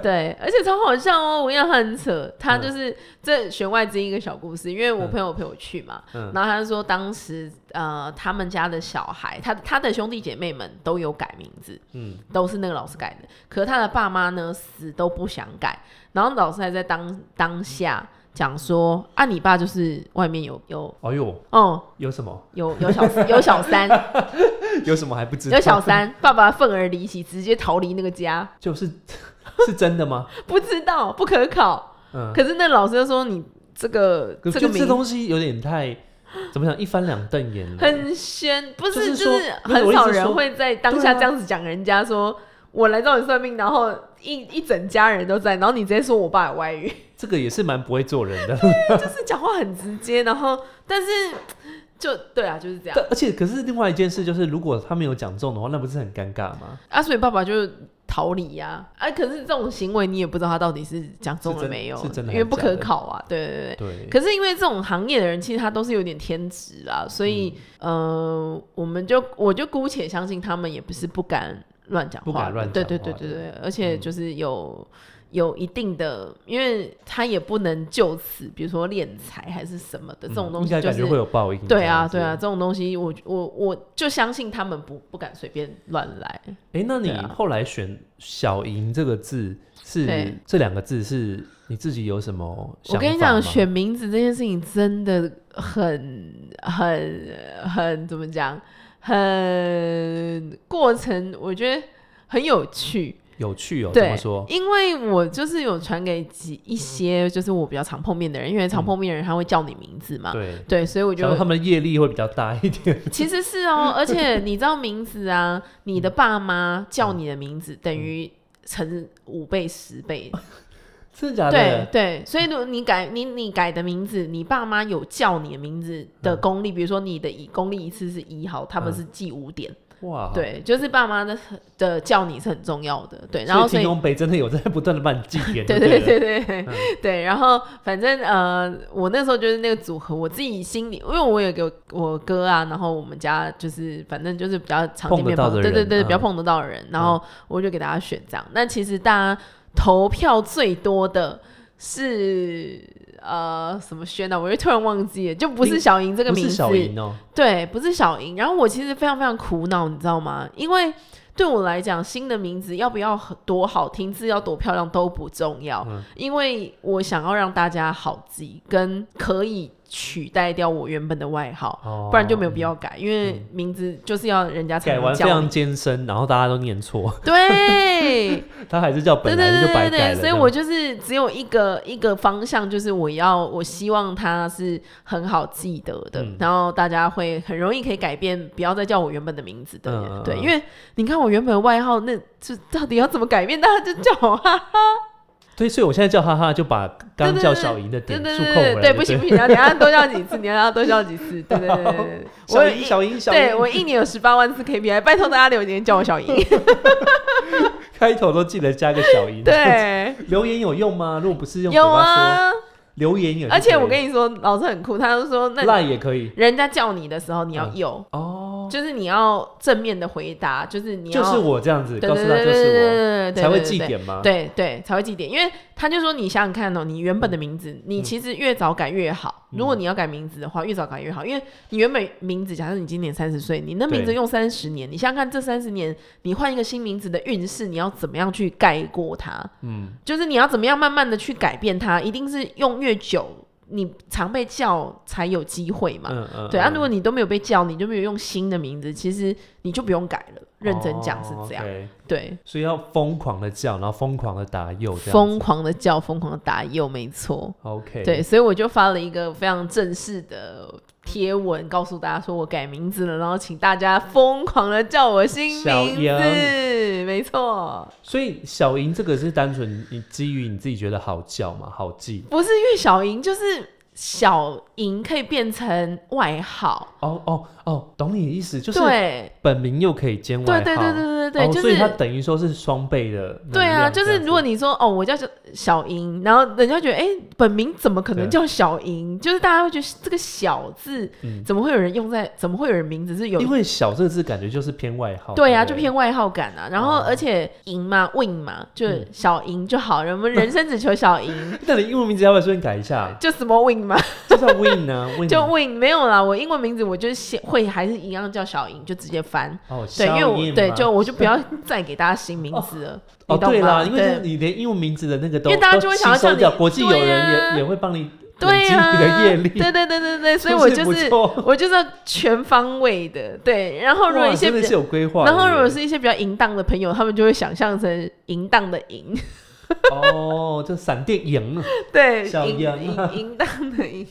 Speaker 2: 对，而且超好笑哦，我跟你讲很扯，他就是、这弦外之音一个小故事，因为我
Speaker 1: 嗯
Speaker 2: 朋友陪我去嘛，
Speaker 1: 嗯
Speaker 2: 然后他就说当时呃他们家的小孩，他他的兄弟姐妹们都有改名字，
Speaker 1: 嗯，
Speaker 2: 都是那个老师改的，可是他的爸妈呢死都不想改，然后老师还在当当下讲说啊你爸就是外面有有
Speaker 1: 哎呦，
Speaker 2: 哦、
Speaker 1: 有什么？
Speaker 2: 有有小 有小三
Speaker 1: 有什么还不知道？
Speaker 2: 有小三，爸爸愤而离席，直接逃离那个家。
Speaker 1: 就是是真的吗？
Speaker 2: 不知道，不可考。
Speaker 1: 嗯，
Speaker 2: 可是那老师就说你这个
Speaker 1: 可
Speaker 2: 这
Speaker 1: 就
Speaker 2: 个
Speaker 1: 这
Speaker 2: 名
Speaker 1: 东西有点太怎么讲，一翻两瞪眼了。
Speaker 2: 很宣，不
Speaker 1: 就是是说
Speaker 2: 就是
Speaker 1: 不是我
Speaker 2: 很
Speaker 1: 意思
Speaker 2: 少
Speaker 1: 是
Speaker 2: 人
Speaker 1: 说
Speaker 2: 会在当
Speaker 1: 对
Speaker 2: 下
Speaker 1: 啊
Speaker 2: 这样子讲人家说。我来找你算命，然后一一整家人都在，然后你直接说我爸有外遇，
Speaker 1: 这个也是蛮不会做人的。
Speaker 2: 啊就是讲话很直接，然后但是就对啊，就是这样
Speaker 1: 但而且，可是另外一件事就是，如果他没有讲中的话，那不是很尴尬吗？
Speaker 2: 啊，所以爸爸就逃离呀、啊。可是这种行为你也不知道他到底是讲中了没有，
Speaker 1: 是真是真的还
Speaker 2: 因
Speaker 1: 是
Speaker 2: 为不
Speaker 1: 假
Speaker 2: 可
Speaker 1: 的
Speaker 2: 考啊。对对对。
Speaker 1: 对，
Speaker 2: 可是因为这种行业的人，其实他都是有点天职啦，所以、
Speaker 1: 嗯
Speaker 2: 呃，我们就我就姑且相信他们也不是不敢乱讲话的，
Speaker 1: 不敢乱
Speaker 2: 对
Speaker 1: 讲
Speaker 2: 对
Speaker 1: 话
Speaker 2: 对
Speaker 1: 的嗯
Speaker 2: 对对，而且就是有、有一定的，因为他也不能就此，比如说敛财还是什么的，这种
Speaker 1: 嗯
Speaker 2: 东
Speaker 1: 应
Speaker 2: 西
Speaker 1: 该
Speaker 2: 就
Speaker 1: 感觉会
Speaker 2: 是。
Speaker 1: 有报应。
Speaker 2: 对
Speaker 1: 这
Speaker 2: 啊，
Speaker 1: 样子
Speaker 2: 对啊，。这种东西我我我就相信他们不不敢随便乱来。
Speaker 1: 哎，那你
Speaker 2: 对啊
Speaker 1: 后来选“小赢”这个字是
Speaker 2: 对
Speaker 1: 这两个字是你自己有什么想法
Speaker 2: 我
Speaker 1: 吗？
Speaker 2: 跟你讲，选名字这件事情真的很很很怎么讲？很过程，我觉得很有趣。
Speaker 1: 有趣哦，怎
Speaker 2: 对
Speaker 1: 么说，？嗯
Speaker 2: 因为我就是有传给几一些，就是我比较常碰面的人，因为常碰面的人他会叫你名字嘛。
Speaker 1: 对，
Speaker 2: 对，所以啊我就
Speaker 1: 然后他们的业力会比较大一点。
Speaker 2: 其实是哦，而且你知道名字啊，你的爸妈叫
Speaker 1: 嗯
Speaker 2: 你的名字，等于乘五倍、十倍
Speaker 1: 真的假
Speaker 2: 对
Speaker 1: 的？
Speaker 2: 对，所以如果你改你你改的名字，你爸妈有叫你的名字的功力，比如说你的一功力一次是一号，他们
Speaker 1: 嗯
Speaker 2: 是记五点，
Speaker 1: 哇，。
Speaker 2: 对，就是爸妈的的叫你是很重要的，对，然后所
Speaker 1: 天
Speaker 2: 以。
Speaker 1: 空杯真的有在不断的帮你祭奠，
Speaker 2: 对
Speaker 1: 对
Speaker 2: 对
Speaker 1: 了
Speaker 2: 对对对、
Speaker 1: 嗯
Speaker 2: 对，然后反正呃，我那时候就是那个组合，我自己心里，因为我有个我哥啊，然后我们家就是反正就是比较常见
Speaker 1: 碰得
Speaker 2: 面
Speaker 1: 到
Speaker 2: 朋
Speaker 1: 的
Speaker 2: 友，对对
Speaker 1: 人
Speaker 2: 对，比较
Speaker 1: 嗯
Speaker 2: 碰得到的人，然后我就给大家选这样。那其实大家投票最多的是呃什么轩呢、我就突然忘记了，就不是
Speaker 1: 林
Speaker 2: 小莹这个
Speaker 1: 不是
Speaker 2: 名字，
Speaker 1: 小赢哦，
Speaker 2: 对，不是小莹。然后我其实非常非常苦恼，你知道吗？因为对我来讲，新的名字要不要很多好听，字要多漂亮都不重要，
Speaker 1: 嗯
Speaker 2: 因为我想要让大家好记，跟可以取代掉我原本的外号，
Speaker 1: 哦嗯
Speaker 2: 不然就没有必要改，因为名字就是要人家才
Speaker 1: 改
Speaker 2: 能
Speaker 1: 完非
Speaker 2: 叫你
Speaker 1: 常。艰深，然后大家都念错，
Speaker 2: 对，
Speaker 1: 他还是叫
Speaker 2: 对
Speaker 1: 本
Speaker 2: 对
Speaker 1: 来的就
Speaker 2: 对
Speaker 1: 白
Speaker 2: 对
Speaker 1: 改
Speaker 2: 对，
Speaker 1: 了。
Speaker 2: 所以我就是只有一个一个方向，就是我要我希望它是很好记得的，
Speaker 1: 嗯
Speaker 2: 然后大家会很容易可以改变，不要再叫我原本的名字的，
Speaker 1: 嗯嗯
Speaker 2: 对，
Speaker 1: 嗯
Speaker 2: 因为你看我原本的外号，那这到底要怎么改变，大家就叫 我哈哈，
Speaker 1: 对，所以我现在叫哈哈，就把刚叫小莹的
Speaker 2: 对
Speaker 1: 点
Speaker 2: 对
Speaker 1: 数
Speaker 2: 对
Speaker 1: 扣回
Speaker 2: 对，
Speaker 1: 来。
Speaker 2: 对不行不行，你要等一下多叫几次，你要让他多叫几次，对对对 对对，
Speaker 1: 小
Speaker 2: 我
Speaker 1: 莹，小莹，小
Speaker 2: 对
Speaker 1: 莹，
Speaker 2: 我一年有十八万次 KPI，拜托大家 留言叫我小莹，
Speaker 1: 开头都记得加个小莹。，
Speaker 2: 对，
Speaker 1: 留言有用吗？如果不是用嘴
Speaker 2: 有
Speaker 1: 巴说，
Speaker 2: 啊，
Speaker 1: 留言也是可以，
Speaker 2: 而且我跟你说，老师很酷，他就说那你
Speaker 1: 赖也可以
Speaker 2: 人家叫你的时候，你要有，
Speaker 1: 哦，
Speaker 2: 就是你要正面的回答，就是你要
Speaker 1: 就是我这样子
Speaker 2: 对
Speaker 1: 告
Speaker 2: 对
Speaker 1: 诉
Speaker 2: 对
Speaker 1: 他，
Speaker 2: 对
Speaker 1: 就
Speaker 2: 对
Speaker 1: 是
Speaker 2: 对对
Speaker 1: 我
Speaker 2: 对
Speaker 1: 才会记
Speaker 2: 对对
Speaker 1: 点吗？
Speaker 2: 对对才会记点，因为他就说你想想看哦，你原本的名字，你其实越早改越好。
Speaker 1: 嗯
Speaker 2: 如果你要改名字的话，越早改越好，因为你原本名字，假设你今年三十岁，你那名字
Speaker 1: 对
Speaker 2: 用三十年，你想想看这三十年，你换一个新名字的运势，你要怎么样去盖过它？
Speaker 1: 嗯，
Speaker 2: 就是你要怎么样慢慢的去改变它，一定是用越久，你常被叫才有机会嘛。
Speaker 1: 嗯嗯，
Speaker 2: 对啊，
Speaker 1: 嗯
Speaker 2: 如果你都没有被叫，你就没有用新的名字，其实你就不用改了。认真讲是这样，
Speaker 1: 哦，OK
Speaker 2: 对，
Speaker 1: 所以要疯狂的叫，然后疯狂的打右，这样子
Speaker 2: 疯狂的叫，疯狂的打右，没错。
Speaker 1: OK，
Speaker 2: 对，，所以我就发了一个非常正式的贴文，告诉大家说我改名字了，然后请大家疯狂的叫我新
Speaker 1: 小
Speaker 2: 名
Speaker 1: 杨
Speaker 2: 字，没错，
Speaker 1: 所以小莹这个是单纯你基于你自己觉得好叫嘛，好记
Speaker 2: 不是因为小莹就是小莹可以变成外号，
Speaker 1: 哦哦哦，懂你的意思，就是
Speaker 2: 对，
Speaker 1: 本名又可以兼外
Speaker 2: 对
Speaker 1: 号，
Speaker 2: 对对对对对，
Speaker 1: 哦
Speaker 2: 就
Speaker 1: 所以
Speaker 2: 是
Speaker 1: 它等于说是双倍的能量，
Speaker 2: 对啊，就
Speaker 1: 这
Speaker 2: 是
Speaker 1: 样子
Speaker 2: 如果你说哦，我叫小小莹，然后人家觉得哎、诶本名怎么可能
Speaker 1: 对
Speaker 2: 叫小莹？就是大家会觉得这个小字
Speaker 1: 嗯，
Speaker 2: 怎么会有人用在，怎么会有人名字是有
Speaker 1: 因？为小这个字感觉就是偏外号，
Speaker 2: 对啊，
Speaker 1: 不
Speaker 2: 就偏外号感啊。然后
Speaker 1: 哦
Speaker 2: 而且莹嘛，win 嘛，就是
Speaker 1: 嗯
Speaker 2: 小莹就好。我们人生只求小莹，
Speaker 1: 那你英文名字要不要顺便改一下？
Speaker 2: 就 small win 嘛，
Speaker 1: 就叫 Win 啊，Win
Speaker 2: 就 win 没有啦。我英文名字我就写会还是一样叫小莹，就直接翻。
Speaker 1: 哦，
Speaker 2: 对，因为
Speaker 1: 消音
Speaker 2: 我
Speaker 1: 嘛
Speaker 2: 对就我就不要再给大家新名字了，
Speaker 1: 哦
Speaker 2: 你懂
Speaker 1: 对啦，
Speaker 2: 吗？
Speaker 1: 因为是你连英文名字的那个都，
Speaker 2: 因为大家
Speaker 1: 都
Speaker 2: 就会想要
Speaker 1: 吸收
Speaker 2: 叫你
Speaker 1: 掉国际友
Speaker 2: 对
Speaker 1: 人也、
Speaker 2: 啊
Speaker 1: 也会帮你累
Speaker 2: 对
Speaker 1: 积
Speaker 2: 呀，
Speaker 1: 你的业力，
Speaker 2: 对对对对对，所以
Speaker 1: 是
Speaker 2: 我
Speaker 1: 不是
Speaker 2: 就
Speaker 1: 不
Speaker 2: 是
Speaker 1: 错
Speaker 2: 我就是要全方位的，对。 然后如果
Speaker 1: 哇
Speaker 2: 一些
Speaker 1: 真
Speaker 2: 比
Speaker 1: 的是啊有
Speaker 2: 较，
Speaker 1: 规划的耶，
Speaker 2: 然后如果是一些比较淫荡的朋友，他们就会想象成淫荡的淫，
Speaker 1: 哦，就闪电赢了，
Speaker 2: 对，
Speaker 1: 小
Speaker 2: 淫
Speaker 1: 羊
Speaker 2: 淫淫荡的淫，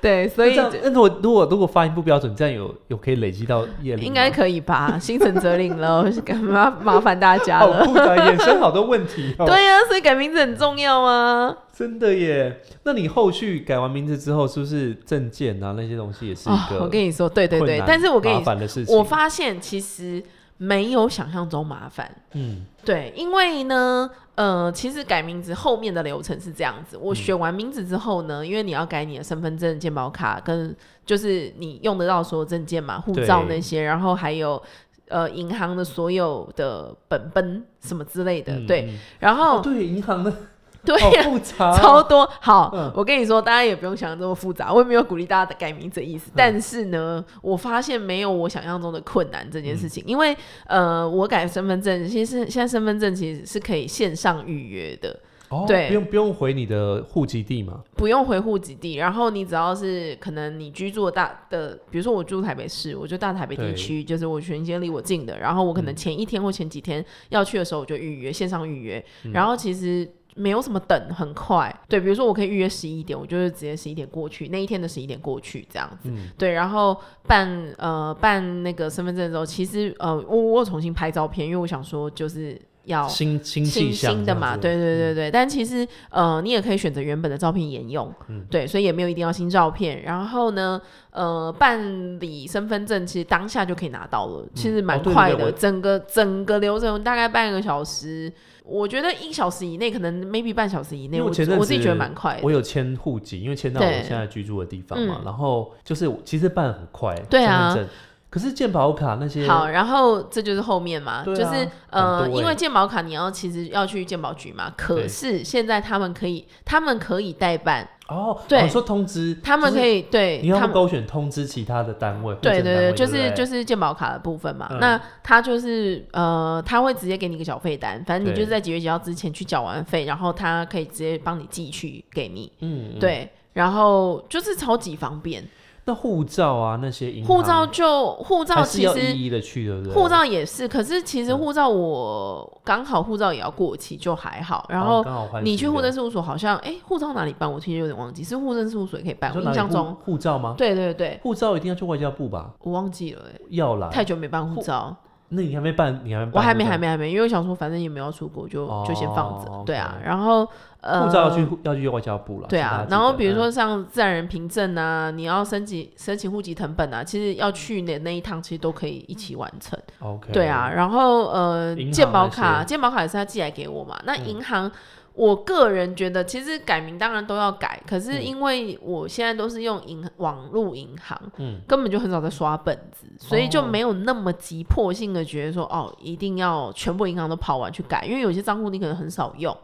Speaker 2: 对，所
Speaker 1: 那
Speaker 2: 以
Speaker 1: 这样
Speaker 2: 就
Speaker 1: 那如果如果如果发音不标准，这样有有可以累积到业力吗，
Speaker 2: 应该可以吧？心诚则灵了，干嘛麻烦大 家
Speaker 1: 好
Speaker 2: 了？
Speaker 1: 复杂，衍生好多问题 哦，
Speaker 2: 对呀、所以改名字很重要啊！
Speaker 1: 真的耶。那你后续改完名字之后，是不是证件啊那些东西也是一
Speaker 2: 啊、
Speaker 1: 个
Speaker 2: 我跟你说，对对
Speaker 1: 困
Speaker 2: 对
Speaker 1: 难，
Speaker 2: 但是我跟你
Speaker 1: 麻烦的事情，
Speaker 2: 我发现其实没有想象中麻烦。
Speaker 1: 嗯
Speaker 2: 对，因为呢，呃，其实改名字后面的流程是这样子。
Speaker 1: 嗯
Speaker 2: 我选完名字之后呢，因为你要改你的身份证、健保卡，跟就是你用得到所有证件嘛、护照
Speaker 1: 对
Speaker 2: 那些，然后还有呃银行的所有的本本什么之类的。
Speaker 1: 嗯
Speaker 2: 对，
Speaker 1: 嗯
Speaker 2: 然后、
Speaker 1: 哦对，银行的
Speaker 2: 对
Speaker 1: 好
Speaker 2: 呀、
Speaker 1: 复杂哦，
Speaker 2: 超多。好，
Speaker 1: 嗯
Speaker 2: 我跟你说，大家也不用想这么复杂，我也没有鼓励大家改名字的意思。但是呢，我发现没有我想象中的困难这件事情，因为呃，我改身份证，其实现在身份证其实是可以线上预约的。
Speaker 1: 哦，
Speaker 2: 对
Speaker 1: 不用不用回你的户籍地嘛，
Speaker 2: 不用回户籍地，然后你只要是可能你居住的大的，比如说我住台北市，我就大台北地区，就是我选一些离我近的，然后我可能前一天或前几天要去的时候，我就预约线上预约，然后其实没有什么等，很快。对，比如说我可以预约十一点，我就是直接十一点过去，那一天的十一点过去这样子。
Speaker 1: 嗯
Speaker 2: 对，然后办呃办那个身份证的时候，其实呃我我有重新拍照片，因为我想说就是要
Speaker 1: 新新
Speaker 2: 新
Speaker 1: 气象这
Speaker 2: 新哦的
Speaker 1: 样
Speaker 2: 嘛，
Speaker 1: 子嗯
Speaker 2: 对对对对。但其实呃，你也可以选择原本的照片沿用，
Speaker 1: 嗯
Speaker 2: 对，所以也没有一定要新照片。然后呢，呃，办理身份证其实当下就可以拿到了，其实蛮
Speaker 1: 哦对对
Speaker 2: 快
Speaker 1: 对
Speaker 2: 的。
Speaker 1: 我
Speaker 2: 整个整个流程大概半个小时，我觉得一小时以内，可能 maybe 半小时以内，
Speaker 1: 因为
Speaker 2: 我
Speaker 1: 我前
Speaker 2: 我
Speaker 1: 阵
Speaker 2: 自己
Speaker 1: 子
Speaker 2: 觉得蛮快的
Speaker 1: 我。有迁户籍，因为迁到我
Speaker 2: 对
Speaker 1: 现在居住的地方嘛，
Speaker 2: 嗯
Speaker 1: 然后就是我其实办很快，
Speaker 2: 对啊
Speaker 1: 身份证，可是健保卡那些，
Speaker 2: 好，然后这就是后面嘛，
Speaker 1: 对啊
Speaker 2: 就是呃，
Speaker 1: 很多欸
Speaker 2: 因为健保卡你要其实要去健保局嘛，可
Speaker 1: 对
Speaker 2: 是现在他们可以，他们可以代办，
Speaker 1: 哦，
Speaker 2: 对
Speaker 1: 哦说通知，
Speaker 2: 他们
Speaker 1: 就是
Speaker 2: 可以、对，
Speaker 1: 你要
Speaker 2: 他
Speaker 1: 不
Speaker 2: 们
Speaker 1: 勾选通知其他的单位，
Speaker 2: 对
Speaker 1: 户政单
Speaker 2: 对
Speaker 1: 位
Speaker 2: 对，
Speaker 1: 对
Speaker 2: 就
Speaker 1: 不
Speaker 2: 是
Speaker 1: 对，
Speaker 2: 就是健保卡的部分嘛。
Speaker 1: 嗯
Speaker 2: 那他就是呃，他会直接给你一个缴费单，反正你就是在几月几号之前去缴完费，然后他可以直接帮你寄去给你。
Speaker 1: 嗯，嗯。
Speaker 2: 对，然后就是超级方便。
Speaker 1: 那护照啊那些银行
Speaker 2: 护照就护照
Speaker 1: 还是
Speaker 2: 其
Speaker 1: 要
Speaker 2: 实。
Speaker 1: 一一的去，对不对？
Speaker 2: 护照也是，可是其实
Speaker 1: 嗯
Speaker 2: 护照我刚好护照也要过期，就还好。然
Speaker 1: 哦
Speaker 2: 后
Speaker 1: 刚好换
Speaker 2: 你
Speaker 1: 新
Speaker 2: 去
Speaker 1: 的
Speaker 2: 户政事务所，好像哎，护、照哪里办？我其实有点忘记，是户政事务所也可以办。
Speaker 1: 你
Speaker 2: 我
Speaker 1: 说哪
Speaker 2: 印
Speaker 1: 里
Speaker 2: 象
Speaker 1: 护哦
Speaker 2: 中，
Speaker 1: 护照吗？
Speaker 2: 对对对，
Speaker 1: 护照一定要去外交部吧？
Speaker 2: 我忘记了、哎，
Speaker 1: 要啦，
Speaker 2: 太久没办护
Speaker 1: 护
Speaker 2: 照。
Speaker 1: 那你还没办，你还没办护
Speaker 2: 我
Speaker 1: 照，
Speaker 2: 还没，还没，还没，因为我想说，反正也没有要出国，就就先放着。
Speaker 1: 哦
Speaker 2: 对啊，
Speaker 1: OK
Speaker 2: 然后呃，
Speaker 1: 护照要去要去外交部了，
Speaker 2: 对
Speaker 1: 请大家
Speaker 2: 啊，
Speaker 1: 记
Speaker 2: 然后
Speaker 1: 得
Speaker 2: 比
Speaker 1: 嗯
Speaker 2: 如说像自然人凭证啊，你要申请申请户籍成本啊，其实要去那那一趟，其实都可以一起完成。
Speaker 1: OK，
Speaker 2: 对啊，，然后呃
Speaker 1: 银，行
Speaker 2: 健保
Speaker 1: 那些
Speaker 2: 卡，健保卡也是他寄来给我嘛。那
Speaker 1: 嗯
Speaker 2: 银行，我个人觉得其实改名当然都要改，可
Speaker 1: 嗯
Speaker 2: 是因为我现在都是用银网络银行，
Speaker 1: 嗯
Speaker 2: 根本就很少在刷本子，所以就
Speaker 1: 哦
Speaker 2: 没有那么急迫性的觉得说哦，一定要全部银行都跑完去改，因为有些账户你可能很少用。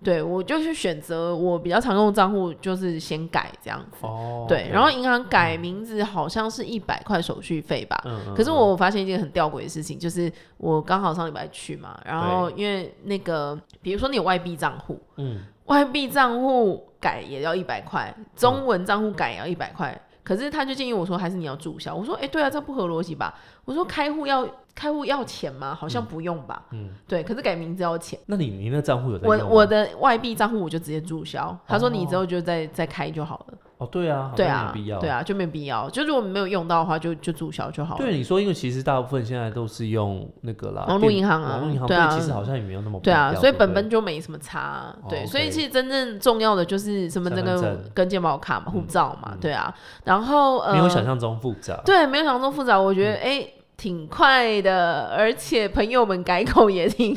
Speaker 2: 对我就是选择我比较常用的账户，就是先改这样子。
Speaker 1: 哦，
Speaker 2: 对，
Speaker 1: OK
Speaker 2: 然后银行改名字好像是一百块手续费吧，
Speaker 1: 嗯嗯
Speaker 2: 可是
Speaker 1: 嗯
Speaker 2: 我发现一件很吊诡的事情，就是我刚好上礼拜去嘛，然后因为那个，比如说你有外币账户，
Speaker 1: 嗯，
Speaker 2: 外币账户改也要一百块，中文账户改也要一百块。可是他就建议我说，还是你要注销。我说，哎、对啊，这不合逻辑吧？我说开户要开户要钱吗？好像不用吧。
Speaker 1: 嗯
Speaker 2: 对，可是改名字要钱。
Speaker 1: 那你你那账户有在
Speaker 2: 我
Speaker 1: 用吗
Speaker 2: 我的外币账户我就直接注销。他说你之后就再再开就好了。
Speaker 1: 哦对啊，好
Speaker 2: 对
Speaker 1: 像
Speaker 2: 啊
Speaker 1: 没必要，
Speaker 2: 对。啊，就没必要。就如果没有用到的话，就就注销就好了。
Speaker 1: 对你说，因为其实大部分现在都是用那个啦，
Speaker 2: 网络
Speaker 1: 电
Speaker 2: 银行啊
Speaker 1: 网络银行，
Speaker 2: 对啊
Speaker 1: 所以其实好像也没有那么
Speaker 2: 对啊，
Speaker 1: 必要
Speaker 2: 所以
Speaker 1: 对
Speaker 2: 本
Speaker 1: 不
Speaker 2: 本
Speaker 1: 对
Speaker 2: 就没什么差，啊对，
Speaker 1: 哦
Speaker 2: 所以
Speaker 1: OK
Speaker 2: 其实真正重要的就是身份证
Speaker 1: 身份
Speaker 2: 跟
Speaker 1: 证
Speaker 2: 跟健保卡嘛、护照嘛，
Speaker 1: 嗯
Speaker 2: 对啊，然后呃，
Speaker 1: 没有想象中复杂，
Speaker 2: 对，没有想象中复杂，我
Speaker 1: 嗯
Speaker 2: 觉得哎、挺快的，而且朋友们改口也挺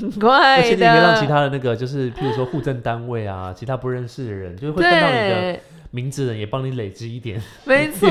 Speaker 1: 而
Speaker 2: 快的，
Speaker 1: 且你也可以让其他的那个，就是譬如说户政单位啊，其他不认识的人，就是会看到你的
Speaker 2: 对，
Speaker 1: 名字的人，也帮你累积一点。
Speaker 2: 没错。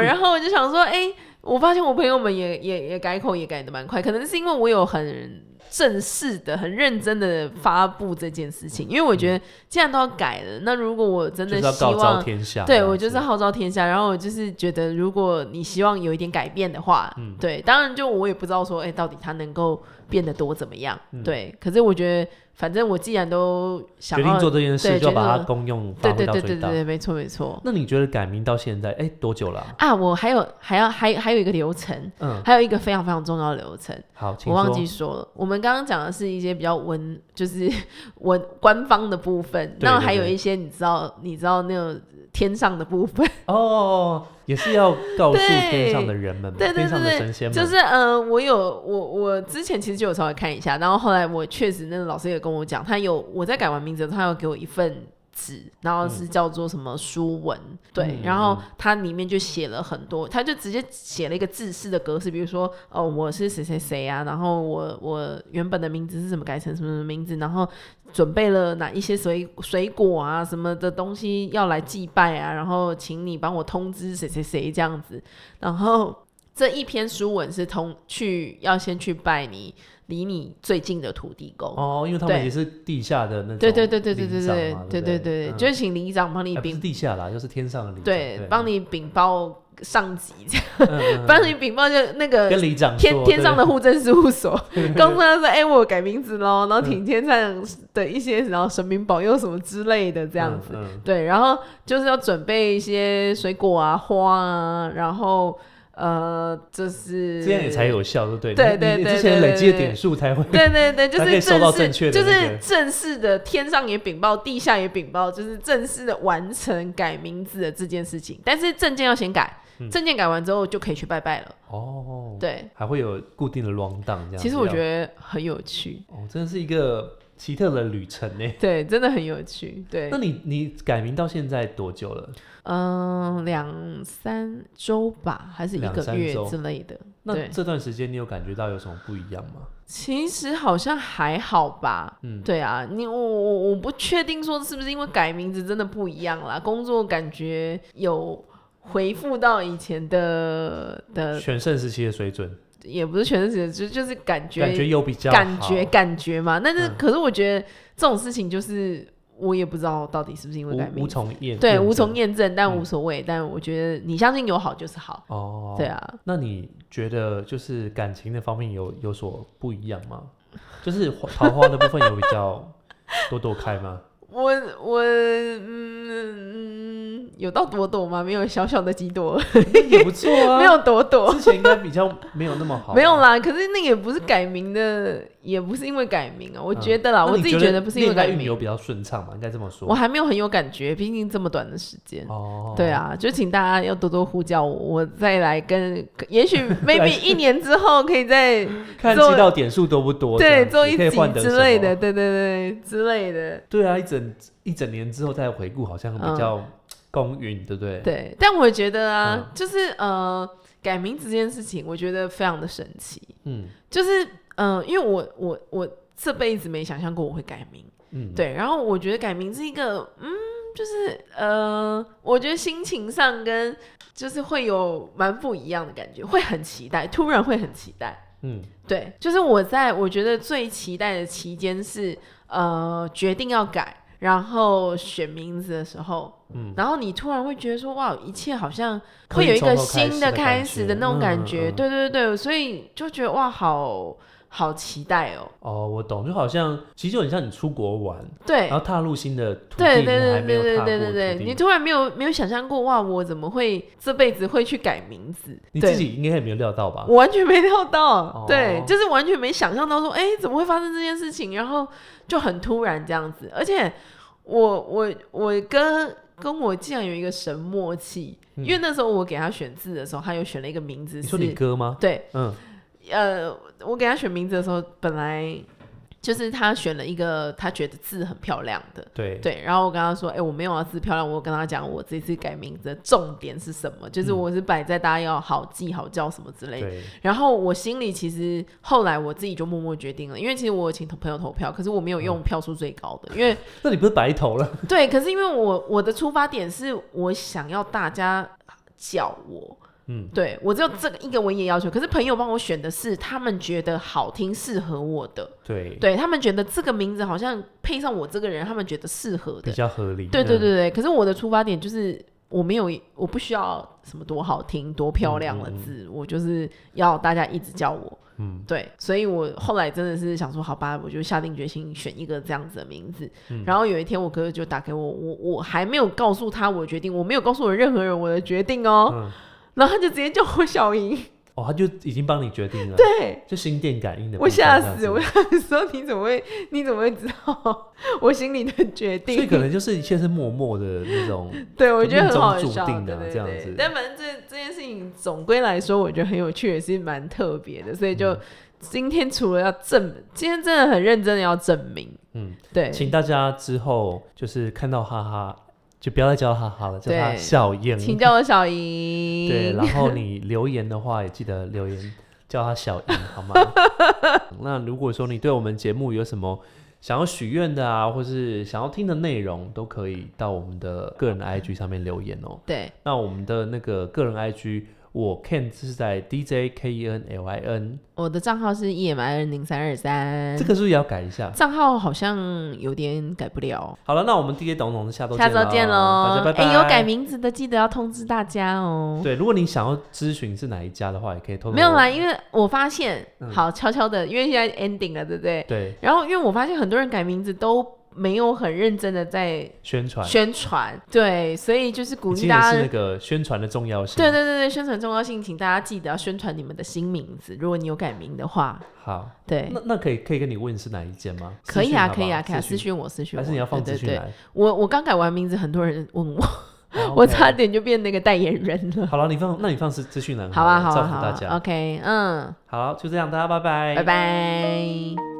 Speaker 2: 然后我就想说，哎、我发现我朋友们也也也改口也改的蛮快，可能是因为我有很正式的、很认真的发布这件事情，因为我觉得既然都要改了，那如果我真
Speaker 1: 嗯 就
Speaker 2: 的
Speaker 1: 是要
Speaker 2: 希
Speaker 1: 告昭
Speaker 2: 望。
Speaker 1: 天下这样
Speaker 2: 对，
Speaker 1: 子。
Speaker 2: 我就是号召天下。然后我就是觉得，如果你希望有一点改变的话，
Speaker 1: 嗯
Speaker 2: 对，当然就我也不知道说，哎、到底它能够变得多怎么样？
Speaker 1: 嗯
Speaker 2: 对，可是我觉得，反正我既然都想
Speaker 1: 决定
Speaker 2: 要，
Speaker 1: 做这件事，
Speaker 2: 对
Speaker 1: 就要
Speaker 2: 决定
Speaker 1: 把它
Speaker 2: 了
Speaker 1: 功用发
Speaker 2: 对
Speaker 1: 挥
Speaker 2: 对
Speaker 1: 到
Speaker 2: 对
Speaker 1: 最大。
Speaker 2: 对对对，没错没错。
Speaker 1: 那你觉得改名到现在，哎，多久了啊、
Speaker 2: 啊，我还有还要还还有一个流程，
Speaker 1: 嗯，
Speaker 2: 还有一个非常非常重要的流程，
Speaker 1: 好，请
Speaker 2: 我忘记
Speaker 1: 说
Speaker 2: 说了。我们刚刚讲的是一些比较文，就是 文官方的部分，
Speaker 1: 对
Speaker 2: 那
Speaker 1: 对
Speaker 2: 还有
Speaker 1: 对
Speaker 2: 一些你知道你知道那种天上的部分。
Speaker 1: 哦，也是要告诉
Speaker 2: 对
Speaker 1: 天上的人们嘛，
Speaker 2: 对对
Speaker 1: 天上的
Speaker 2: 对
Speaker 1: 神仙们，
Speaker 2: 就是嗯、呃我有我我之前其实就有稍微看一下，然后后来我确实那个老师也跟我讲，他有我在改完名字，他有给我一份纸，然后是叫做什么书文，对
Speaker 1: 嗯，
Speaker 2: 然后它里面就写了很多，他就直接写了一个字式的格式，比如说哦，我是谁谁谁啊，然后我我原本的名字是怎么改成什么什么名字，然后准备了哪一些水水果啊什么的东西要来祭拜啊，然后请你帮我通知谁谁谁这样子，然后。这一篇书文是通去要先去拜你离你最近的土地公，
Speaker 1: 哦，因为他们
Speaker 2: 对
Speaker 1: 也是地下的那种
Speaker 2: 对对对对对
Speaker 1: 灵
Speaker 2: 对
Speaker 1: 长
Speaker 2: 对
Speaker 1: 嘛
Speaker 2: 对
Speaker 1: 对
Speaker 2: 对
Speaker 1: 不
Speaker 2: 对，
Speaker 1: 嗯
Speaker 2: 就是请里长帮你
Speaker 1: 哎不是
Speaker 2: 禀，
Speaker 1: 地下啦，又是天上的里长，
Speaker 2: 对，帮
Speaker 1: 你
Speaker 2: 你禀报上级，这样
Speaker 1: 帮
Speaker 2: 帮你禀报就那
Speaker 1: 嗯
Speaker 2: 个
Speaker 1: 跟里长
Speaker 2: 天
Speaker 1: 说
Speaker 2: 天上的
Speaker 1: 对
Speaker 2: 户政事务 所，告诉他说，哎，我改名字喽，然后
Speaker 1: 嗯
Speaker 2: 请天上的一些，然后神明保佑什么之类的这样子，
Speaker 1: 嗯嗯
Speaker 2: 对，然后就是要准备一些水果啊、花啊，然后呃，就是
Speaker 1: 这样也才有效，对不对？
Speaker 2: 对
Speaker 1: 你
Speaker 2: 对
Speaker 1: 你
Speaker 2: 对
Speaker 1: 之前
Speaker 2: 对对
Speaker 1: 累积的
Speaker 2: 对
Speaker 1: 点数才会
Speaker 2: 对对对，就
Speaker 1: 才可以
Speaker 2: 是
Speaker 1: 收到
Speaker 2: 正式，
Speaker 1: 正确的
Speaker 2: 就
Speaker 1: 那
Speaker 2: 是
Speaker 1: 个
Speaker 2: 正式的，天上也禀报，地下也禀报，就是正式的完成改名字的这件事情。但是证件要先改，
Speaker 1: 嗯
Speaker 2: 证件改完之后就可以去拜拜了。
Speaker 1: 哦，，
Speaker 2: 对，
Speaker 1: 还会有固定的 round down 这样子要。
Speaker 2: 其实我觉得很有趣，
Speaker 1: 哦，真的是一个奇特的旅程呢。
Speaker 2: 对，真的很有趣，对
Speaker 1: 那，你你改名到现在多久了？
Speaker 2: 嗯，两三周吧，还是一
Speaker 1: 两
Speaker 2: 个
Speaker 1: 三
Speaker 2: 月
Speaker 1: 周
Speaker 2: 之类的。
Speaker 1: 那
Speaker 2: 对，
Speaker 1: 这段时间你有感觉到有什么不一样吗？
Speaker 2: 其实好像还好吧，
Speaker 1: 嗯，
Speaker 2: 对啊，你我我我不确定说是不是因为改名字真的不一样啦，工作感觉有回复到以前的的，
Speaker 1: 全盛时期的水准，
Speaker 2: 也不是全职，就就是感觉
Speaker 1: 感觉有比较
Speaker 2: 感
Speaker 1: 好
Speaker 2: 觉感觉嘛。但是、
Speaker 1: 嗯
Speaker 2: 可是我觉得这种事情就是我也不知道到底是不是因为改
Speaker 1: 无
Speaker 2: 名
Speaker 1: 无
Speaker 2: 字，
Speaker 1: 从验
Speaker 2: 对，
Speaker 1: 验
Speaker 2: 无
Speaker 1: 证
Speaker 2: 从验证，但
Speaker 1: 嗯
Speaker 2: 无所谓。但我觉得你相信有好就是好，
Speaker 1: 哦，
Speaker 2: 对。啊，
Speaker 1: 那你觉得就是感情的方面有有所不一样吗？ 就是花桃花的部分有比较多躲开 吗？
Speaker 2: 我我嗯嗯，有到朵朵吗？没有，小小的几朵，
Speaker 1: 那也不错啊，
Speaker 2: 没有朵朵。
Speaker 1: 之前应该比较没有那么好啊，
Speaker 2: 没有啦，可是那个也不是改名的，也不是因为改名啊，我
Speaker 1: 嗯
Speaker 2: 觉得啦，
Speaker 1: 那
Speaker 2: 我
Speaker 1: 你
Speaker 2: 自己
Speaker 1: 觉
Speaker 2: 觉得不是因为
Speaker 1: 恋爱
Speaker 2: 改
Speaker 1: 运流
Speaker 2: 名，
Speaker 1: 比较顺畅嘛，应该这么
Speaker 2: 我
Speaker 1: 说。
Speaker 2: 还没有很有感觉，毕竟这么短的时间。
Speaker 1: 哦，
Speaker 2: 对，啊，就请大家要多多呼叫我，我再来跟， 也许
Speaker 1: 来
Speaker 2: maybe 一年之后可以再
Speaker 1: 看知
Speaker 2: 做
Speaker 1: 道点数多不多，这
Speaker 2: 对
Speaker 1: 样子
Speaker 2: 做一
Speaker 1: 可以
Speaker 2: 集
Speaker 1: 换得什
Speaker 2: 之类
Speaker 1: 么
Speaker 2: 的，对对对之类的，
Speaker 1: 对啊，一整一整年之后再回顾，好像比较公允，对不对？，
Speaker 2: 嗯
Speaker 1: 嗯
Speaker 2: 对。但我觉得啊，就是呃，改名字这件事情，我觉得非常的神奇，
Speaker 1: 嗯
Speaker 2: 就是嗯、呃因为我我我这辈子没想象过我会改名。
Speaker 1: 嗯，
Speaker 2: 对，然后我觉得改名是一个，嗯，就是呃，我觉得心情上跟就是会有蛮不一样的感觉，会很期待，突然会很期待。
Speaker 1: 嗯
Speaker 2: 对，就是我在我觉得最期待的期间是呃决定要改，然后选名字的时候，
Speaker 1: 嗯，
Speaker 2: 然后你突然会觉得说哇，一切好像
Speaker 1: 可
Speaker 2: 会
Speaker 1: 以
Speaker 2: 有一
Speaker 1: 从
Speaker 2: 个
Speaker 1: 头开
Speaker 2: 新
Speaker 1: 始
Speaker 2: 的
Speaker 1: 的
Speaker 2: 开
Speaker 1: 感
Speaker 2: 始
Speaker 1: 觉
Speaker 2: 的那种
Speaker 1: 嗯
Speaker 2: 感
Speaker 1: 嗯
Speaker 2: 觉，
Speaker 1: 嗯
Speaker 2: 对对对，所以就觉得哇，好好期待哦，
Speaker 1: 哦，我懂，就好像其实就很像你出国玩，
Speaker 2: 对
Speaker 1: 然，后踏入新的土地，
Speaker 2: 对对
Speaker 1: 你
Speaker 2: 对
Speaker 1: 还没有
Speaker 2: 对对
Speaker 1: 踏
Speaker 2: 对
Speaker 1: 过
Speaker 2: 对对，
Speaker 1: 土地
Speaker 2: 你突然没有没有想象过哇，我怎么会这辈子会去改名字？
Speaker 1: 你
Speaker 2: 对
Speaker 1: 自，己应该也没有料到吧？
Speaker 2: 我完全没料到，
Speaker 1: 哦
Speaker 2: 对，就是完全没想象到说，哎、怎么会发生这件事情？然后就很突然这样子，而且我我我跟跟我竟然有一个神默契，
Speaker 1: 嗯
Speaker 2: 因为那时候我给他选字的时候，他有选了一个名字
Speaker 1: 你
Speaker 2: 是
Speaker 1: 说你哥吗？
Speaker 2: 对，
Speaker 1: 嗯，
Speaker 2: 呃，我给他选名字的时候，本来就是他选了一个他觉得字很漂亮的。
Speaker 1: 对，
Speaker 2: 对，然后我跟他说，哎、我没有要自漂亮，我跟他讲我这次改名字的重点是什么，就是
Speaker 1: 嗯
Speaker 2: 我是摆在大家要好记好叫什么之类的。
Speaker 1: 对，
Speaker 2: 然后我心里其实后来我自己就默默决定了，因为其实我有请朋友投票，可是我没有
Speaker 1: 嗯
Speaker 2: 用票数最高的，因为
Speaker 1: 那你不是白头了？
Speaker 2: 对，可是因为我我的出发点是我想要大家叫我，
Speaker 1: 嗯，
Speaker 2: 对我只有这个一个唯一的要求，可是朋友帮我选的是他们觉得好听适合我的，
Speaker 1: 对，
Speaker 2: 对他们觉得这个名字好像配上我这个人，他们觉得适合
Speaker 1: 比
Speaker 2: 的。
Speaker 1: 较合理。
Speaker 2: 对对
Speaker 1: 嗯，
Speaker 2: 对对，可是我的出发点就是我没有，我不需要什么多好听、多漂亮的
Speaker 1: 嗯嗯嗯
Speaker 2: 字，我就是要大家一直叫我。
Speaker 1: 嗯，
Speaker 2: 对，所以我后来真的是想说，好吧，我就下定决心选一个这样子的名字。
Speaker 1: 嗯
Speaker 2: 然后有一天，我哥哥就打给我，我我还没有告诉他我的决定，我没有告诉我任何人我的决定哦。
Speaker 1: 嗯
Speaker 2: 然后他就直接叫我小莹，
Speaker 1: 哦，他就已经帮你决定了，
Speaker 2: 对
Speaker 1: 就心电感应的部分。
Speaker 2: 我吓
Speaker 1: 这
Speaker 2: 死，
Speaker 1: 样
Speaker 2: 我
Speaker 1: 子
Speaker 2: 说你怎么会，你怎么会知道 我心里的决定？
Speaker 1: 所以可能就是一切是默默的那 种，
Speaker 2: 对，我觉得
Speaker 1: 命
Speaker 2: 很
Speaker 1: 中
Speaker 2: 好
Speaker 1: 注
Speaker 2: 笑，
Speaker 1: 定的啊
Speaker 2: 对对对
Speaker 1: 这样子嗯
Speaker 2: 但反正这这件事情总归来说，我觉得很有趣，也是蛮特别的，所以就今天除了要证，今天真的很认真的要证明，
Speaker 1: 嗯，
Speaker 2: 对，
Speaker 1: 请大家之后就是看到哈哈，就不要再叫他哈哈了，叫他
Speaker 2: 对
Speaker 1: 小燕。
Speaker 2: 请叫我小莹。
Speaker 1: 对，然后你留言的话也记得留言叫他小莹好 吗？那如果说你对我们节目有什么想要许愿的啊，或是想要听的内容，都可以到我们的个人 IG 上面留言哦。
Speaker 2: 对
Speaker 1: 那我们的那个个人 IG，我 Ken 是在 DJ K E N L I N，
Speaker 2: 我的账号是 E M I N 零三二三
Speaker 1: 这，个是不是也要改一下？
Speaker 2: 账号好像有点改不了。
Speaker 1: 好了，那我们 DJ 董董下周
Speaker 2: 下周
Speaker 1: 咯
Speaker 2: 见
Speaker 1: 大家
Speaker 2: 喽
Speaker 1: 拜！拜。
Speaker 2: 有改。名字的记得要通知大家哦。
Speaker 1: 对，如果你想要咨询是哪一家的话，也可以偷偷
Speaker 2: 没有啦，
Speaker 1: 来。
Speaker 2: 因为我发现，
Speaker 1: 嗯
Speaker 2: 好悄悄的，因为现在 ending 了，对不对？
Speaker 1: 对，
Speaker 2: 然后因为我发现很多人改名字都没有很认真的在
Speaker 1: 宣传，
Speaker 2: 宣传，对，所以就是
Speaker 1: 你
Speaker 2: 鼓励
Speaker 1: 今年
Speaker 2: 大
Speaker 1: 是
Speaker 2: 家
Speaker 1: 那。个宣传的重要性。
Speaker 2: 对对对对，宣传重要性，请大家记得要宣传你们的新名字。如果你有改名的话，
Speaker 1: 好，
Speaker 2: 对，
Speaker 1: 那那可以可以跟你问是哪一间吗？
Speaker 2: 可以啊，
Speaker 1: 私
Speaker 2: 可
Speaker 1: 讯好
Speaker 2: 以
Speaker 1: 不好
Speaker 2: 啊，可以啊，
Speaker 1: 私
Speaker 2: 私
Speaker 1: 讯，
Speaker 2: 讯我，私讯我。
Speaker 1: 还是你要放
Speaker 2: 对
Speaker 1: 资
Speaker 2: 对
Speaker 1: 讯
Speaker 2: 对
Speaker 1: 来？
Speaker 2: 我我刚改完名字，很多人问我，
Speaker 1: 哦
Speaker 2: 我
Speaker 1: OK
Speaker 2: 差点就变那个代言人了。
Speaker 1: 好了，你放，那你放资资讯栏
Speaker 2: 好
Speaker 1: 了
Speaker 2: 啊，好
Speaker 1: 造
Speaker 2: 啊，
Speaker 1: 福
Speaker 2: 好
Speaker 1: 大
Speaker 2: 啊
Speaker 1: 家。
Speaker 2: ，OK，嗯，
Speaker 1: 好，就这样，大家拜
Speaker 2: 拜拜。